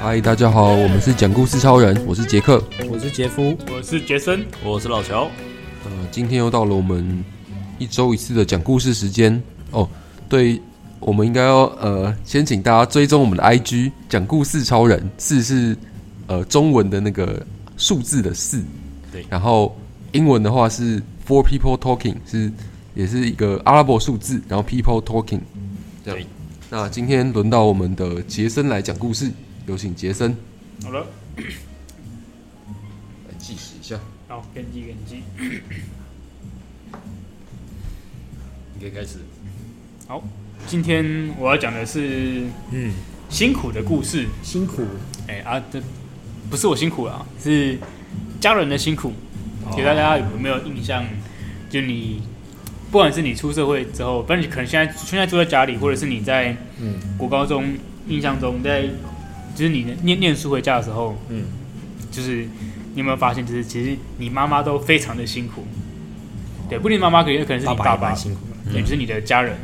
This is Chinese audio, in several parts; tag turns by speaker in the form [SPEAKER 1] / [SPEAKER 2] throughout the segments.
[SPEAKER 1] 嗨，大家好，我们是讲故事超人，我是杰克。
[SPEAKER 2] 我是杰夫，
[SPEAKER 3] 我是杰森，
[SPEAKER 4] 我是老乔，
[SPEAKER 1] 呃，今天又到了我们一周一次的讲故事时间哦。对，我们应该要呃，先请大家追踪我们的 IG 讲故事超人四是呃中文的那个数字的四，
[SPEAKER 4] 对
[SPEAKER 1] 然后英文的话是 Four People Talking，是也是一个阿拉伯数字，然后 People Talking 这样
[SPEAKER 4] 对。
[SPEAKER 1] 那今天轮到我们的杰森来讲故事，有请杰森
[SPEAKER 3] 好了，
[SPEAKER 1] 来计时一下。
[SPEAKER 3] 好，跟机跟机，
[SPEAKER 4] 你可以开始。
[SPEAKER 3] 好，今天我要讲的是
[SPEAKER 2] 嗯，
[SPEAKER 3] 辛苦的故事，
[SPEAKER 2] 辛苦，
[SPEAKER 3] 哎、啊，这不是我辛苦啊，是家人的辛苦。
[SPEAKER 2] 哦
[SPEAKER 3] 给大家有没有印象？就你，不管是你出社会之后，不然你可能现在现在住在家里，或者是你在
[SPEAKER 2] 嗯
[SPEAKER 3] 国高中印象中，在就是你念念书回家的时候，
[SPEAKER 2] 嗯，
[SPEAKER 3] 就是你有没有发现，就是其实你妈妈都非常的辛苦。对，不仅妈妈，可能也可能是
[SPEAKER 2] 爸
[SPEAKER 3] 你
[SPEAKER 2] 哦爸
[SPEAKER 3] 爸
[SPEAKER 2] 也蛮
[SPEAKER 3] 爸，
[SPEAKER 2] 辛苦的，
[SPEAKER 3] 对，就是你的家人，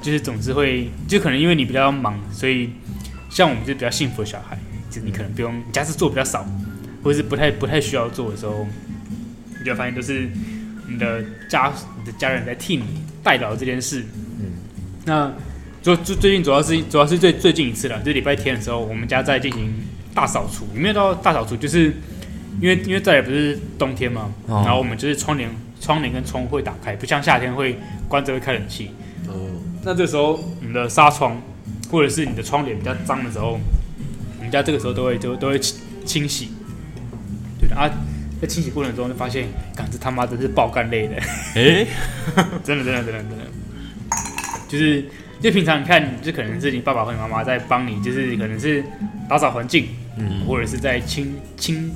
[SPEAKER 3] 就是总是会，就可能因为你比较忙，所以像我们是比较幸福的小孩，就是你可能不用家事做比较少，或者是不太不太需要做的时候，你就会发现都是你的家你的家人在替你代劳这件事。
[SPEAKER 2] 嗯
[SPEAKER 3] 那最最最近主要是主要是最最近一次了，就是礼拜天的时候，我们家在进行大扫除，有没有到大扫除？就是因为因为再也不是冬天嘛，
[SPEAKER 2] 哦
[SPEAKER 3] 然后我们就是窗帘窗帘跟窗户会打开，不像夏天会关着会开冷气。
[SPEAKER 1] 哦，
[SPEAKER 3] 那这时候你的纱窗或者是你的窗帘比较脏的时候，我们家这个时候都会都都会清清洗，对的啊。在清洗过程中就发现，感这他妈真是爆干累的。
[SPEAKER 4] 哎、
[SPEAKER 3] 真的，真的，真的，真的，就是就平常你看，就可能是你爸爸或你妈妈在帮你，就是可能是打扫环境，嗯，或者是在清清，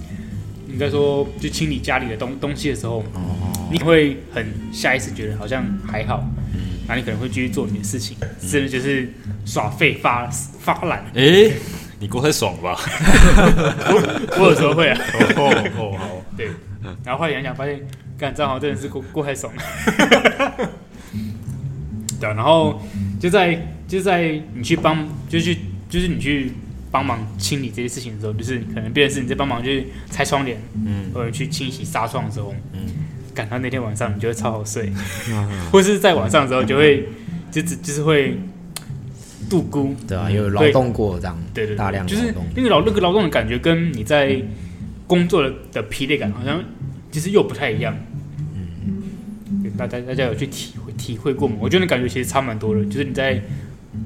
[SPEAKER 3] 应该说就清理家里的东东西的时候，你会很下意识觉得好像还好，那你可能会继续做你的事情，甚至就是耍废发发懒，
[SPEAKER 4] 哎、你过太爽了吧？
[SPEAKER 3] 我有时候会啊，
[SPEAKER 4] 哦哦好，
[SPEAKER 3] 对，然后后来想想发现，干这样好像真的是过过太爽了。 对啊，然后就在就在你去帮，就去就是你去帮忙清理这些事情的时候，就是可能变成是你在帮忙去拆窗帘，嗯，或者去清洗纱窗的时候，嗯，赶到那天晚上你就会超好睡， 或是在晚上的时候就会就只就是会度孤，
[SPEAKER 2] 对啊，有劳动过这样，
[SPEAKER 3] 嗯对对，对
[SPEAKER 2] 大量
[SPEAKER 3] 就
[SPEAKER 2] 劳
[SPEAKER 3] 是
[SPEAKER 2] 动，嗯
[SPEAKER 3] 那个劳那个劳动的感觉，跟你在工作的的疲累感，好像其实又不太一样。嗯，大家大家有去体会体会过吗？我觉得那感觉其实差蛮多的，就是你在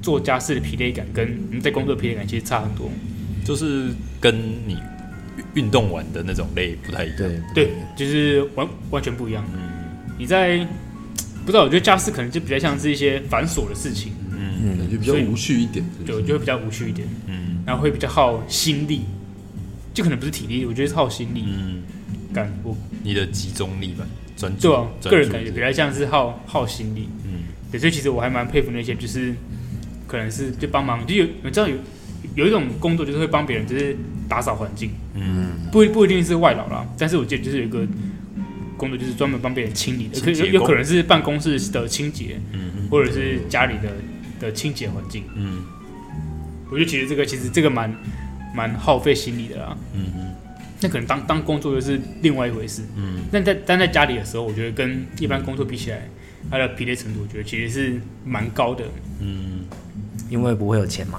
[SPEAKER 3] 做家事的疲累感，跟你在工作的疲累感其实差很多。
[SPEAKER 4] 就是跟你运动完的那种累不太一样。
[SPEAKER 2] 对
[SPEAKER 3] 对，就是完完全不一样。
[SPEAKER 2] 嗯
[SPEAKER 3] 你在不知道，我觉得家事可能就比较像是一些繁琐的事情，
[SPEAKER 1] 感嗯觉比较
[SPEAKER 3] 所以
[SPEAKER 1] 无趣一点。
[SPEAKER 2] 嗯
[SPEAKER 3] 对，我就会比较无趣一点，
[SPEAKER 4] 嗯
[SPEAKER 3] 然后会比较耗心力，就可能不是体力，我觉得是耗心力。
[SPEAKER 4] 嗯，
[SPEAKER 3] 感我
[SPEAKER 4] 你的集中力吧，专注
[SPEAKER 3] 对啊，，
[SPEAKER 4] 专注
[SPEAKER 3] 个人感觉比
[SPEAKER 4] 力
[SPEAKER 3] 较像是耗耗心力，
[SPEAKER 4] 嗯，
[SPEAKER 3] 对，所以其实我还蛮佩服那些就是可能是就帮忙，就有我知道有有一种工作就是会帮别人，就是打扫环境，嗯，不不一定是外劳啦，但是我记得就是有一个工作就是专门帮别人清理的，可
[SPEAKER 4] 清洁
[SPEAKER 3] 有有
[SPEAKER 4] 工
[SPEAKER 3] 可能是办公室的清洁，嗯，或者是家里的的清洁环境，
[SPEAKER 4] 嗯，
[SPEAKER 3] 我觉得其实这个其实这个蛮蛮耗费心力的啦，
[SPEAKER 4] 嗯嗯
[SPEAKER 3] 那可能当当工作又是另外一回事。
[SPEAKER 4] 嗯，
[SPEAKER 3] 但在但在家里的时候，我觉得跟一般工作比起来，它的疲累程度，我觉得其实是蛮高 的，
[SPEAKER 4] 嗯，
[SPEAKER 2] 因为不会有钱嘛，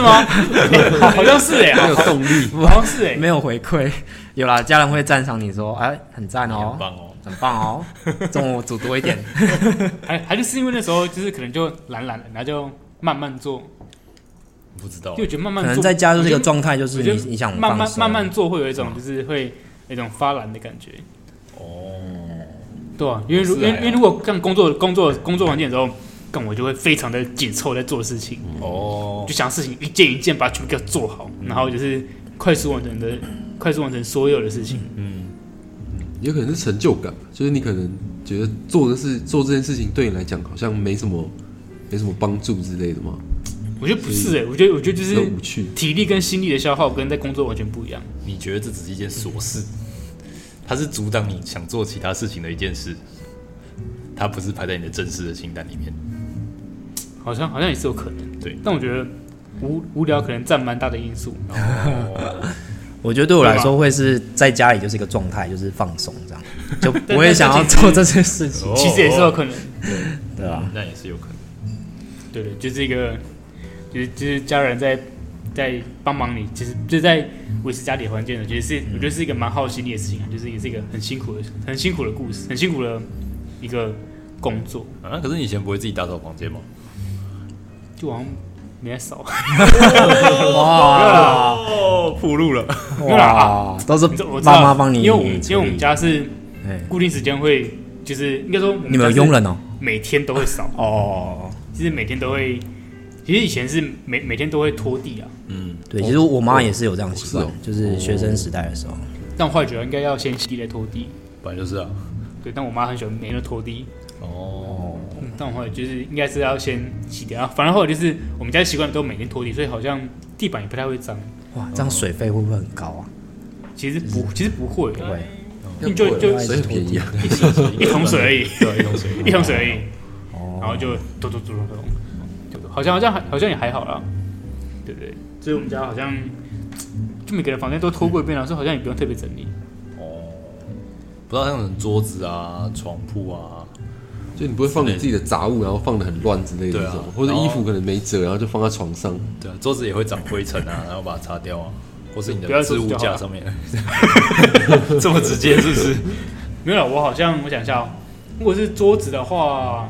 [SPEAKER 3] 吗？欸好好像是哎、
[SPEAKER 1] 没有
[SPEAKER 3] 好
[SPEAKER 1] 动力。
[SPEAKER 3] 好像是哎、
[SPEAKER 2] 没有回馈， 有啦，家人会赞赏你说，哎，很赞
[SPEAKER 4] 你很
[SPEAKER 2] 哦，
[SPEAKER 4] 棒哦，
[SPEAKER 2] 很 棒哦，中午煮多一点，
[SPEAKER 3] 还还是是因为那时候就是可能就懒懒的，然后就慢慢做，
[SPEAKER 4] 不知道
[SPEAKER 3] 就，我觉得慢 慢
[SPEAKER 2] 哦可
[SPEAKER 3] 做，
[SPEAKER 2] 能在家就是一个状态，就
[SPEAKER 3] 我
[SPEAKER 2] 是
[SPEAKER 3] 觉
[SPEAKER 2] 你
[SPEAKER 3] 得
[SPEAKER 2] 你想
[SPEAKER 3] 慢慢
[SPEAKER 2] 放松嗯
[SPEAKER 3] 慢慢做，会有一种就是会有一种发懒的感觉。
[SPEAKER 4] 哦，
[SPEAKER 3] 对啊，因为如
[SPEAKER 4] 是
[SPEAKER 3] 因
[SPEAKER 4] 啊
[SPEAKER 3] 为因
[SPEAKER 2] 哎
[SPEAKER 3] 为如果像工作工作工作环境的时候，干我就会非常的紧凑在做事情。
[SPEAKER 4] 哦，
[SPEAKER 3] 就想事情一件一件把它全部给它做好，
[SPEAKER 2] 嗯
[SPEAKER 3] 然后就是快速完成的，快速完成所有的事情。
[SPEAKER 4] 嗯，
[SPEAKER 1] 也可能是成就感吧，就是你可能觉得做的事做这件事情对你来讲好像没什么没什么帮助之类的嘛，
[SPEAKER 3] 我觉得不是哎、我觉得我觉得就
[SPEAKER 1] 比较
[SPEAKER 3] 是
[SPEAKER 1] 无趣。
[SPEAKER 3] 体力跟心力的消耗跟在工作完全不一样。
[SPEAKER 4] 你觉得这只是一件琐事？它是阻挡你想做其他事情的一件事，它不是排在你的正式的清单里面。
[SPEAKER 3] 好像好像也是有可能。
[SPEAKER 4] 对
[SPEAKER 3] 但我觉得无无聊可能占蛮大的因素。
[SPEAKER 2] 我觉得对我来说会是在家里就是一个状态，就是放松这样， 就不会想要做这些事情，
[SPEAKER 3] 其实也是有可能，
[SPEAKER 2] 对
[SPEAKER 3] 啊
[SPEAKER 2] 吧、
[SPEAKER 4] 那也是有可能。
[SPEAKER 3] 对对，就是一个，就是就是家人在在帮忙你，其实就是在维持家里的环境的，其实是我觉得是一个蛮耗心力的事情啊，就是也是一个很辛苦的、很辛苦的故事，很辛苦的一个工作，
[SPEAKER 4] 啊，可是你以前不会自己打扫房间吗？
[SPEAKER 3] 就好像没在扫，
[SPEAKER 2] 哇
[SPEAKER 4] 哦，铺路了。
[SPEAKER 2] 哇，都 是
[SPEAKER 3] 你知道我知道
[SPEAKER 2] 爸妈帮你，
[SPEAKER 3] 因为我们因为我们家是
[SPEAKER 2] 哎
[SPEAKER 3] 固定时间会，就是应该说我
[SPEAKER 2] 你们
[SPEAKER 3] 家是
[SPEAKER 2] 有佣人哦，
[SPEAKER 3] 每天都会扫，
[SPEAKER 2] 哦，
[SPEAKER 3] 就是每天都会，其实以前是每每天都会拖地啊，
[SPEAKER 4] 嗯，
[SPEAKER 2] 对，其实我妈也是有这样的习惯
[SPEAKER 1] 是哦，
[SPEAKER 2] 就是学生时代的时候，
[SPEAKER 3] 但我后来觉得应该要先洗来拖地，
[SPEAKER 4] 本来就是啊。
[SPEAKER 3] 对，但我妈很喜欢每天都拖地，
[SPEAKER 4] 哦，
[SPEAKER 3] 嗯，但我后来就是应该是要先洗掉，啊反正后来就是我们家习惯都每天拖地，所以好像地板也不太会脏。
[SPEAKER 2] 哇，这样水费会不会很高啊？
[SPEAKER 3] 其实不，其实不会，
[SPEAKER 2] 嗯
[SPEAKER 4] 嗯
[SPEAKER 2] 不会，
[SPEAKER 3] 你就就
[SPEAKER 1] 水很便宜啊，
[SPEAKER 3] 一桶水而已，
[SPEAKER 4] 对，用水。
[SPEAKER 3] 一桶水而已，然后
[SPEAKER 2] 哦，
[SPEAKER 3] 就咚咚咚咚咚对，好像好像还好像也还好啦，对不对？所以我们家好像就每个人房间都拖过一遍啊了，所以好像也不用特别整理。
[SPEAKER 4] 不知道像什么桌子啊、床铺啊，
[SPEAKER 1] 就你不会放你自己的杂物，然后放的很乱之类的
[SPEAKER 4] 对
[SPEAKER 1] 这
[SPEAKER 4] 啊
[SPEAKER 1] 种，或者
[SPEAKER 4] 然后
[SPEAKER 1] 衣服可能没折，然后就放在床上。
[SPEAKER 4] 对啊，桌子也会长灰尘啊，然后把它擦掉啊，或是你
[SPEAKER 3] 不要
[SPEAKER 4] 的
[SPEAKER 3] 说
[SPEAKER 4] 置物
[SPEAKER 3] 就好
[SPEAKER 4] 架
[SPEAKER 3] 了
[SPEAKER 4] 上面， 这么直接是不是？
[SPEAKER 3] 没有啦，我好像我想一下、哦，如果是桌子的话，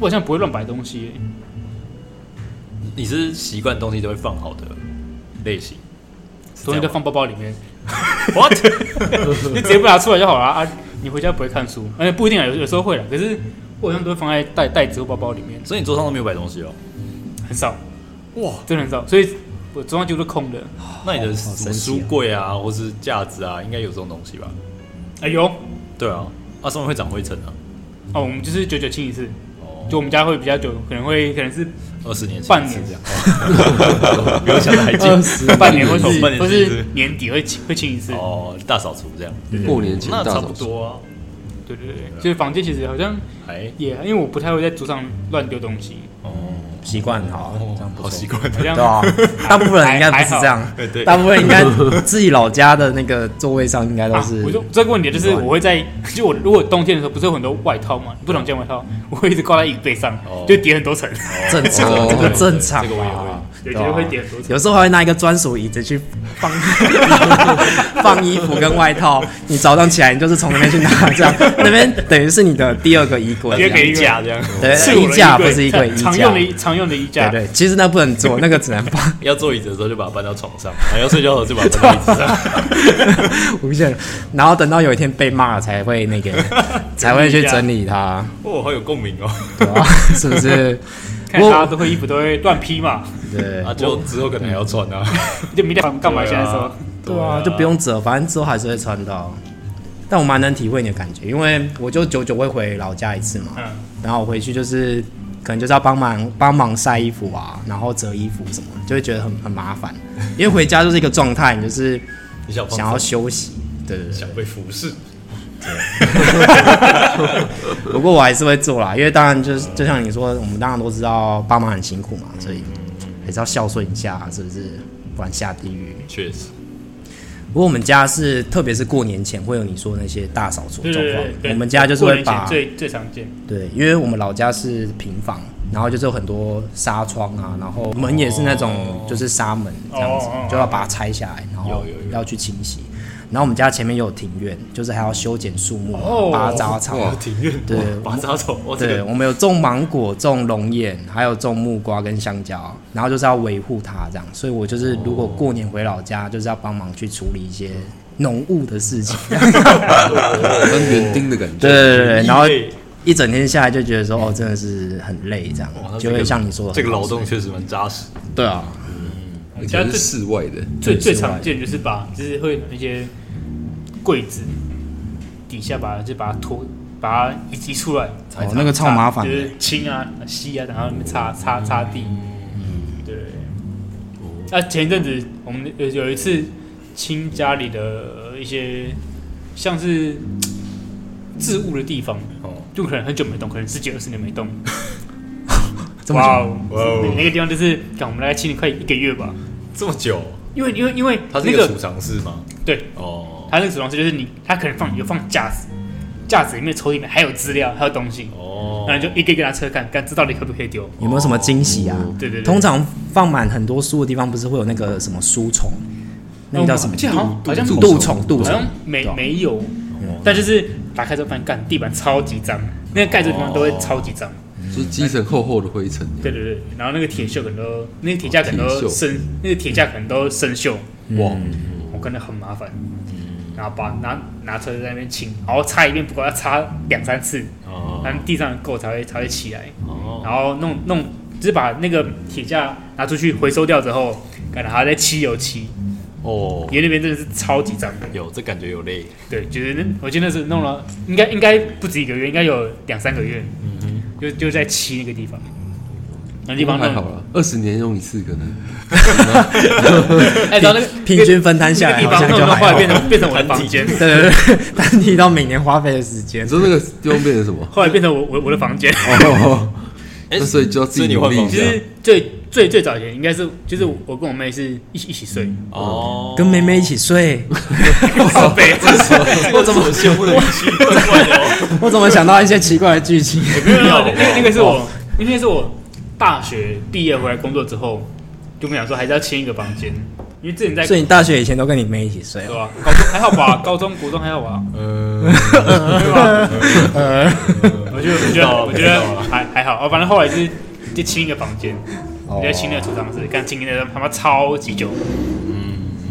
[SPEAKER 3] 我好像不会乱摆东西耶、
[SPEAKER 4] 你是习惯东西都会放好的类型，是这
[SPEAKER 3] 东西
[SPEAKER 4] 样
[SPEAKER 3] 都
[SPEAKER 4] 吗
[SPEAKER 3] 放包包里面，
[SPEAKER 4] What？
[SPEAKER 3] 你直接不拿出来就好了啊！你回家不会看书，而且不一定啊，有有时候会了，可是我好像都会放在袋袋子或包包里面，
[SPEAKER 4] 所以你桌上都没有摆东西哦。
[SPEAKER 3] 很少，
[SPEAKER 4] 哇，
[SPEAKER 3] 真的很少，所以我桌上几乎都空的。
[SPEAKER 4] 那你的
[SPEAKER 2] 好
[SPEAKER 4] 什
[SPEAKER 2] 神
[SPEAKER 4] 么
[SPEAKER 2] 奇
[SPEAKER 4] 书
[SPEAKER 2] 啊
[SPEAKER 4] 柜啊，或是架子啊，应该有这种东西吧？
[SPEAKER 3] 哎呦，
[SPEAKER 4] 对啊，啊上面会长灰尘啊。
[SPEAKER 3] 哦，我们就是久久清一次，
[SPEAKER 4] 哦，
[SPEAKER 3] 就我们家会比较久，可能会可能是
[SPEAKER 4] 二十年前
[SPEAKER 3] 半
[SPEAKER 4] 是
[SPEAKER 3] 年
[SPEAKER 4] 这样， 比我想的还近。
[SPEAKER 3] 半 年或
[SPEAKER 4] 哦
[SPEAKER 3] 是
[SPEAKER 4] 半年
[SPEAKER 3] 或
[SPEAKER 4] 清一
[SPEAKER 3] 是
[SPEAKER 4] 次
[SPEAKER 3] 年底会清会清一次，
[SPEAKER 4] 哦，大扫除这样，
[SPEAKER 1] 过年前
[SPEAKER 4] 那
[SPEAKER 1] 大
[SPEAKER 4] 差
[SPEAKER 1] 扫
[SPEAKER 4] 不
[SPEAKER 1] 除，
[SPEAKER 4] 多啊。哎
[SPEAKER 3] 对对对，所以房间其实好像
[SPEAKER 4] 还
[SPEAKER 3] 也，因为我不太会在桌上乱丢东西，
[SPEAKER 4] 哦，
[SPEAKER 2] 习惯好，这样不
[SPEAKER 4] 好
[SPEAKER 2] 错
[SPEAKER 4] 习惯
[SPEAKER 3] 好像
[SPEAKER 2] 对啊，大部分人应该不是这样，
[SPEAKER 4] 对对
[SPEAKER 2] 大部分应该自己老家的那个座位上应该都
[SPEAKER 3] 啊
[SPEAKER 2] 是，
[SPEAKER 3] 我就这个问题就是，我会在就我如果冬天的时候，不是有很多外套嘛，不懂件外套，我会一直挂在椅背上
[SPEAKER 4] 哦，
[SPEAKER 3] 就叠很多层，
[SPEAKER 2] 正常，
[SPEAKER 1] 哦
[SPEAKER 2] 这个正常
[SPEAKER 4] 这个我也会
[SPEAKER 2] 啊，
[SPEAKER 3] 有
[SPEAKER 2] 对
[SPEAKER 3] 些会
[SPEAKER 2] 啊。
[SPEAKER 3] 叠很多层。
[SPEAKER 2] 有时候还会拿一个专属椅子去 哦 放放衣服跟外套，你早上起来你就是从那边去拿，这样那边等于是你的第二个衣柜，
[SPEAKER 3] 第二个
[SPEAKER 2] 这样
[SPEAKER 3] 衣架
[SPEAKER 4] 这样，
[SPEAKER 2] 对
[SPEAKER 3] 是我
[SPEAKER 2] 衣
[SPEAKER 3] 的
[SPEAKER 2] 架
[SPEAKER 3] 柜
[SPEAKER 2] 不是衣柜，衣
[SPEAKER 3] 常
[SPEAKER 2] 架
[SPEAKER 3] 用的衣常用的衣
[SPEAKER 2] 对
[SPEAKER 3] 架，
[SPEAKER 2] 对，其实那不能做，那个只能放
[SPEAKER 4] 要坐椅子的时候就把它搬到床上，啊要睡觉的时候就把它搬到椅子上。
[SPEAKER 2] 无限，然后等到有一天被骂了才会那 个才会去整理它，
[SPEAKER 4] 哦，好有共鸣哦。
[SPEAKER 2] 对吧？ 是不是？
[SPEAKER 3] 看大家都会衣服都会乱披嘛，
[SPEAKER 2] 对
[SPEAKER 4] 啊，就之后可能还要穿啊。
[SPEAKER 3] 就明天干嘛现在说？
[SPEAKER 2] 对啊，就不用折，反正之后还是会穿到。但我蛮能体会你的感觉，因为我就久久会回老家一次嘛，
[SPEAKER 3] 嗯
[SPEAKER 2] 然后我回去就是可能就是要帮忙帮忙晒衣服啊，然后折衣服什么的，就会觉得很很麻烦，因为回家就是一个状态，你就是
[SPEAKER 4] 你想放
[SPEAKER 2] 嗯想要
[SPEAKER 4] 松
[SPEAKER 2] 休息，对对对。
[SPEAKER 4] 想被服侍，
[SPEAKER 2] 不过我还是会做啦，因为当然就是就像你说，我们当然都知道爸妈很辛苦嘛，所以还是要孝顺一下，是不是？不然下地狱。
[SPEAKER 4] 确实。
[SPEAKER 2] 不过我们家是，特别是过年前会有你说那些大扫除
[SPEAKER 3] 对
[SPEAKER 2] 的状
[SPEAKER 3] 对
[SPEAKER 2] 况
[SPEAKER 3] 对，对，
[SPEAKER 2] 我们家就是
[SPEAKER 3] 过
[SPEAKER 2] 会
[SPEAKER 3] 年前
[SPEAKER 2] 把
[SPEAKER 3] 最最常见，
[SPEAKER 2] 对，因为我们老家是平房，然后就是有很多纱窗啊，然后门也是那种就是纱门这样子
[SPEAKER 3] 哦哦哦，
[SPEAKER 2] 就要把它拆下来，然后
[SPEAKER 4] 有有有
[SPEAKER 2] 要去清洗。然后我们家前面又有庭院，就是还要修剪树木
[SPEAKER 3] 哦
[SPEAKER 2] 啊、拔杂草啊，
[SPEAKER 4] 庭院
[SPEAKER 2] 对
[SPEAKER 4] 哇把它砸走，我这
[SPEAKER 2] 对，
[SPEAKER 4] 个
[SPEAKER 2] 我们有种芒果、种龙眼，还有种木瓜跟香蕉，然后就是要维护它这样。所以我就是如果过年回老家，就是要帮忙去处理一些农务的 事情。
[SPEAKER 1] 跟园丁的感觉。
[SPEAKER 2] 对对对对，然后
[SPEAKER 4] 异类
[SPEAKER 2] 一整天下来就觉得说，哦，真的是很累这样
[SPEAKER 4] 哇那，
[SPEAKER 2] 就
[SPEAKER 4] 这
[SPEAKER 2] 会
[SPEAKER 4] 个
[SPEAKER 2] 像你说哦的，
[SPEAKER 4] 这个劳动确实蛮扎实。
[SPEAKER 2] 对啊，
[SPEAKER 3] 我
[SPEAKER 1] 而
[SPEAKER 3] 们家
[SPEAKER 1] 且
[SPEAKER 3] 最
[SPEAKER 1] 是室外的，
[SPEAKER 3] 最
[SPEAKER 2] 对
[SPEAKER 3] 最
[SPEAKER 2] 室外
[SPEAKER 3] 常见就是把就是会有一些柜子底下把就把它拖把它移移出来，
[SPEAKER 2] 哦那个超麻烦
[SPEAKER 3] 就
[SPEAKER 2] 的
[SPEAKER 3] 是清啊、吸啊，然后那边擦擦擦地，
[SPEAKER 2] 嗯
[SPEAKER 3] 对。那、前一阵子我们有有一次清家里的一些像是置物的地方，
[SPEAKER 4] 哦，
[SPEAKER 3] 就可能很久没动，可能十几二十年没动。
[SPEAKER 2] 这么久，
[SPEAKER 3] 哦
[SPEAKER 4] 哇哦
[SPEAKER 3] 那个地方就是，干我们大概清理快一个月吧，
[SPEAKER 4] 这么久，
[SPEAKER 3] 因为因为因为
[SPEAKER 4] 它是
[SPEAKER 3] 那
[SPEAKER 4] 一个
[SPEAKER 3] 个
[SPEAKER 4] 储藏室吗？
[SPEAKER 3] 对，
[SPEAKER 4] 哦
[SPEAKER 3] 它那个储藏室就是你，它可能放有放架子，架子里面抽屉里面还有资料，还有东西，
[SPEAKER 4] 哦，
[SPEAKER 3] 然后你就一个一个拿车看，看知道你可不可以丢。
[SPEAKER 2] 有没有什么惊喜啊？
[SPEAKER 3] 嗯对对对，
[SPEAKER 2] 通常放满很多书的地方，不是会有那个什么书虫，那个叫什么
[SPEAKER 3] 哦我？记得好像好像
[SPEAKER 1] 杜
[SPEAKER 2] 杜虫，杜
[SPEAKER 3] 好
[SPEAKER 2] 虫
[SPEAKER 3] 像。没
[SPEAKER 2] 对啊
[SPEAKER 3] 没有，但就是打开之后发现，干地板超级脏，那个盖子的地方都会超级脏。
[SPEAKER 1] 就是积成厚厚的灰尘。
[SPEAKER 3] 对对对，然后那个铁锈可能都，那个铁架可能
[SPEAKER 1] 铁
[SPEAKER 3] 都
[SPEAKER 1] 锈
[SPEAKER 3] 生，那个铁架可能都生锈，
[SPEAKER 1] 哇，
[SPEAKER 3] 我感觉很麻烦。然后把拿拿车在那边清，然后擦一遍不够，要擦两三次，
[SPEAKER 4] 哦
[SPEAKER 3] 然后地上垢才会才会起来。
[SPEAKER 4] 哦，
[SPEAKER 3] 然后弄弄，就是把那个铁架拿出去回收掉之后，感觉还要再漆油漆，
[SPEAKER 4] 哦
[SPEAKER 3] 因为那边真的是超级脏的。
[SPEAKER 4] 有这感觉有累，
[SPEAKER 3] 对，就是那我记得那是弄了，应该应该不止一个月，应该有两三个月，
[SPEAKER 4] 嗯哼，
[SPEAKER 3] 就就在漆那个地方，那地
[SPEAKER 1] 地
[SPEAKER 3] 方
[SPEAKER 1] 还好
[SPEAKER 2] 啊
[SPEAKER 3] 弄，
[SPEAKER 1] 了，二十年用一次可能。
[SPEAKER 3] 哎，然后那个
[SPEAKER 2] 平平均分摊下来
[SPEAKER 3] 那个地
[SPEAKER 2] 好像
[SPEAKER 3] 方
[SPEAKER 2] 就
[SPEAKER 3] 弄
[SPEAKER 2] 还
[SPEAKER 3] 到后
[SPEAKER 2] 好
[SPEAKER 3] 来变成变成我的房 间，？
[SPEAKER 2] 对对对，但提到每年花费的时间
[SPEAKER 1] 你，说那个地方变成什么
[SPEAKER 3] 后来变成我我我的房间。
[SPEAKER 1] 哦，
[SPEAKER 4] 哎
[SPEAKER 1] 那所以就要自己
[SPEAKER 4] 所以你
[SPEAKER 1] 努
[SPEAKER 4] 换
[SPEAKER 1] 力一
[SPEAKER 4] 房
[SPEAKER 3] 其
[SPEAKER 1] 下
[SPEAKER 4] 间。
[SPEAKER 3] 实最最最早以前应该是就是我跟我妹是一起一起睡，
[SPEAKER 4] 哦，
[SPEAKER 2] 跟妹妹一起睡，
[SPEAKER 3] 靠背，
[SPEAKER 4] 我怎么羡慕的语气，怪怪的哦
[SPEAKER 2] 我怎么想到一些奇怪的剧情？
[SPEAKER 3] 没有 没有，那那个是我，那个是我大学毕业回来工作之后，就没想说还是要签一个房间，因为之前在
[SPEAKER 2] 所以你大学以前都跟你妹一起睡
[SPEAKER 3] 对
[SPEAKER 2] 哦？
[SPEAKER 3] 吧？高中还好吧，高中国中还好吧，
[SPEAKER 4] 呃，
[SPEAKER 3] 对吧？
[SPEAKER 2] 呃，
[SPEAKER 3] 我觉得我觉得我觉得还还好，哦，反正后来就是就清一个房间，我就清那个储藏室，干清那个他妈超级久，嗯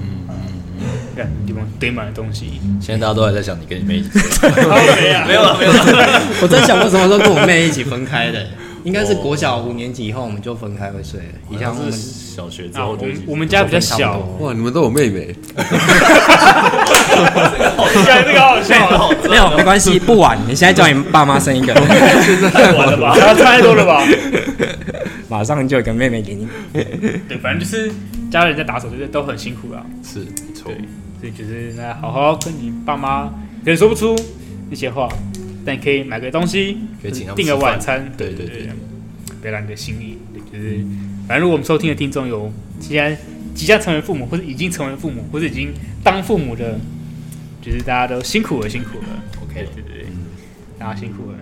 [SPEAKER 3] 干地方堆满了东西，
[SPEAKER 4] 现在大家都还在想你跟你妹一起，
[SPEAKER 3] 没啊
[SPEAKER 4] 没有了，没有了，
[SPEAKER 2] 我在想我什么 时候跟我妹一起分开的，应该是国小五年级以后我们就分开会睡了。以前我
[SPEAKER 4] 是
[SPEAKER 2] 们
[SPEAKER 4] 小学之
[SPEAKER 3] 啊，
[SPEAKER 4] 后
[SPEAKER 3] 我
[SPEAKER 4] 就一起
[SPEAKER 3] 们我们家比较小，
[SPEAKER 1] 哇，你们都有妹妹，
[SPEAKER 3] 干哦这个好笑哦。
[SPEAKER 2] 没有没关系，不晚，你现在叫你爸妈生 一个，
[SPEAKER 3] 太晚了吧？ 太多了吧？
[SPEAKER 2] 马上就有个妹妹给你。
[SPEAKER 3] 对，反正就是家人在打扫，就是都很辛苦啦。啊
[SPEAKER 4] 是没错，
[SPEAKER 3] 所以就是那好好跟你爸妈，可能说不出那些话，但可以买个东西，
[SPEAKER 4] 可以请他们
[SPEAKER 3] 订
[SPEAKER 4] 吃
[SPEAKER 3] 个
[SPEAKER 4] 饭
[SPEAKER 3] 晚餐，
[SPEAKER 4] 对
[SPEAKER 3] 对
[SPEAKER 4] 对对，
[SPEAKER 3] 表达你的心意。对，就是反正如果我们收听的听众有即将即将成为父母，或者已经成为父母，或者已经当父母的，就是大家都辛苦了，辛苦了。
[SPEAKER 4] OK
[SPEAKER 3] 对对对，大家辛苦了。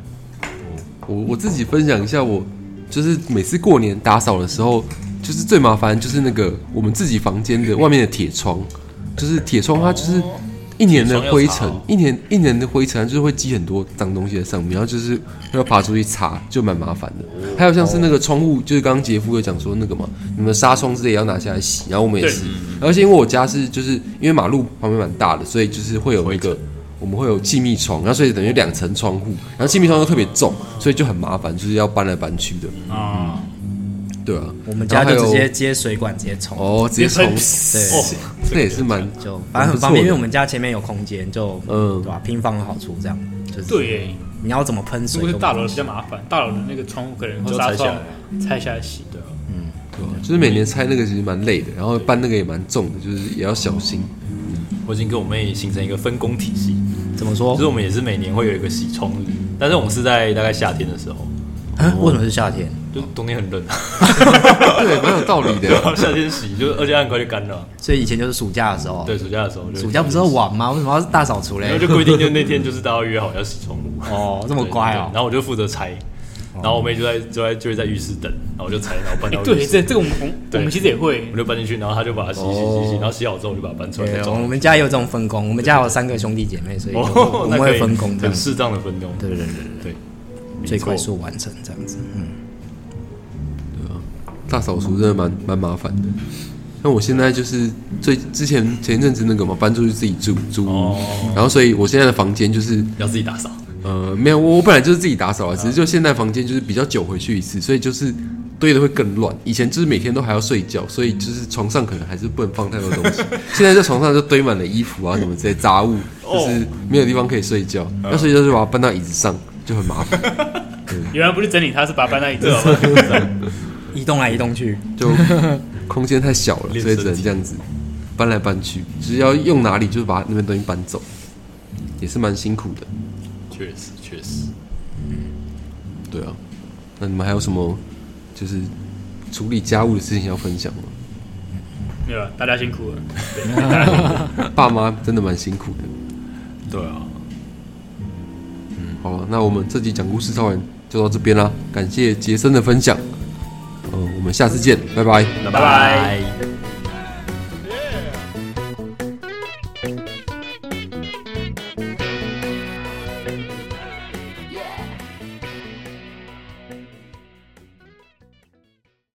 [SPEAKER 1] 我我自己分享一下，我就是每次过年打扫的时候，就是最麻烦就是那个我们自己房间的外面的铁窗，就是铁窗它就是一年的灰
[SPEAKER 4] 哦
[SPEAKER 1] 尘
[SPEAKER 4] 铁窗要擦哦，
[SPEAKER 1] 一年一年的灰尘它就是会积很多脏东西在上面，然后就是要爬出去擦，就蛮麻烦的。还有像是那个窗户，就是刚刚杰夫有讲说那个嘛，你们的纱窗之类也要拿下来洗，然后我们也
[SPEAKER 3] 对
[SPEAKER 1] 是，而且因为我家是就是因为马路旁边蛮大的，所以就是会有一个。我们会有气密窗，然后所以等于两层窗户，然后气密窗又特别重，所以就很麻烦，就是要搬来搬去的，
[SPEAKER 4] 嗯
[SPEAKER 3] 啊，
[SPEAKER 1] 对啊。
[SPEAKER 2] 我们家
[SPEAKER 1] 然后还
[SPEAKER 2] 就
[SPEAKER 1] 有
[SPEAKER 2] 直接接水管直接冲，
[SPEAKER 1] 哦，直接
[SPEAKER 3] 喷
[SPEAKER 1] 冲，
[SPEAKER 3] 哦
[SPEAKER 2] 对，
[SPEAKER 1] 这也是蛮
[SPEAKER 2] 就反正
[SPEAKER 1] 很不
[SPEAKER 2] 很方
[SPEAKER 1] 错的
[SPEAKER 2] 便，因为我们家前面有空间，就
[SPEAKER 1] 嗯
[SPEAKER 2] 对吧？平房有好处，这样就是
[SPEAKER 3] 对耶，
[SPEAKER 2] 你要怎么喷
[SPEAKER 3] 如
[SPEAKER 2] 水
[SPEAKER 3] 果
[SPEAKER 2] 都
[SPEAKER 3] 是
[SPEAKER 2] 不
[SPEAKER 3] 大楼比较麻烦，大楼的那个窗户可能或
[SPEAKER 4] 就
[SPEAKER 3] 纱
[SPEAKER 4] 拆下
[SPEAKER 3] 窗
[SPEAKER 4] 来，
[SPEAKER 3] 拆下来洗。
[SPEAKER 4] 对啊，
[SPEAKER 1] 对啊就是每年拆那个其实蛮累的，然后搬那个也蛮重的，就是也要小心。
[SPEAKER 4] 我已经跟我妹形成一个分工体系，
[SPEAKER 2] 怎么
[SPEAKER 1] 哦
[SPEAKER 4] 就是
[SPEAKER 2] 说？
[SPEAKER 4] 我们也是每年会有一个洗冲日，但是我们是在大概夏天的时候，
[SPEAKER 2] 啊为什么是夏天？
[SPEAKER 4] 就冬天很冷，
[SPEAKER 1] 哦
[SPEAKER 4] 啊
[SPEAKER 1] 对，蛮有道理
[SPEAKER 4] 然
[SPEAKER 1] 的。哦
[SPEAKER 4] 后夏天洗，就而且它很快就干了。
[SPEAKER 2] 所以以前就是暑假的时候，
[SPEAKER 4] 对，暑假的时候就，
[SPEAKER 2] 暑假不是要玩吗？为什么要是大扫除
[SPEAKER 4] 然后
[SPEAKER 2] 嘞
[SPEAKER 4] 就？规定就那天就是大家约好要洗窗户，
[SPEAKER 2] 哦，这
[SPEAKER 4] 这
[SPEAKER 2] 么乖
[SPEAKER 4] 然
[SPEAKER 2] 哦。
[SPEAKER 4] 后我就负责拆，然后我妹就在就在就会在浴室等，然后我就拆，然后搬
[SPEAKER 3] 哎、
[SPEAKER 4] 到浴
[SPEAKER 3] 对，
[SPEAKER 4] 室，
[SPEAKER 3] 这这个我们我
[SPEAKER 4] 对
[SPEAKER 3] 们其实也会
[SPEAKER 4] 我，就搬进去，然后她就把它洗洗洗洗，
[SPEAKER 1] 哦
[SPEAKER 4] 然后洗好之后我就把它搬出来再
[SPEAKER 2] 对，我
[SPEAKER 4] 装。
[SPEAKER 2] 们家也有这种分工，我们家有三个兄弟姐妹，所以就我
[SPEAKER 4] 哦那
[SPEAKER 2] 们
[SPEAKER 4] 可以
[SPEAKER 2] 会分工这
[SPEAKER 4] 很
[SPEAKER 2] 样。
[SPEAKER 4] 适当的分工，
[SPEAKER 2] 对对对对，
[SPEAKER 4] 对，没
[SPEAKER 2] 最
[SPEAKER 4] 错
[SPEAKER 2] 快速完成这样子。嗯，
[SPEAKER 1] 大扫除真的蛮蛮麻烦的。那我现在就是最之前前一阵子那个嘛，搬出去自己住租屋
[SPEAKER 4] 哦，
[SPEAKER 1] 然后所以我现在的房间就是
[SPEAKER 4] 要自己打扫。
[SPEAKER 1] 呃没有，我我本来就是自己打扫啊，只是就现在房间就是比较久回去一次，所以就是堆的会更乱。以前就是每天都还要睡觉，所以就是床上可能还是不能放太多东西。现在在床上就堆满了衣服啊什么这些杂物，就是没有地方可以睡觉，要睡觉就把它搬到椅子上，就很麻烦，
[SPEAKER 3] 原来不是整理它，是把它搬到椅子上。
[SPEAKER 2] 移动来移动去，
[SPEAKER 1] 就空间太小了，
[SPEAKER 4] 练
[SPEAKER 1] 所以只
[SPEAKER 4] 身
[SPEAKER 1] 能
[SPEAKER 4] 体
[SPEAKER 1] 这样子搬来搬去，只要用哪里就把那边东西搬走，也是蛮辛苦的。
[SPEAKER 4] 确实确实，嗯，
[SPEAKER 1] 对啊，那你们还有什么就是处理家务的事情要分享吗？
[SPEAKER 3] 没有了，大家辛苦了。
[SPEAKER 1] 爸妈真的蛮辛苦的。
[SPEAKER 4] 对啊，
[SPEAKER 1] 好了，那我们这集讲故事超人就到这边啦，感谢杰森的分享，呃，我们下次见，拜拜。
[SPEAKER 4] 那
[SPEAKER 3] 拜拜
[SPEAKER 4] 拜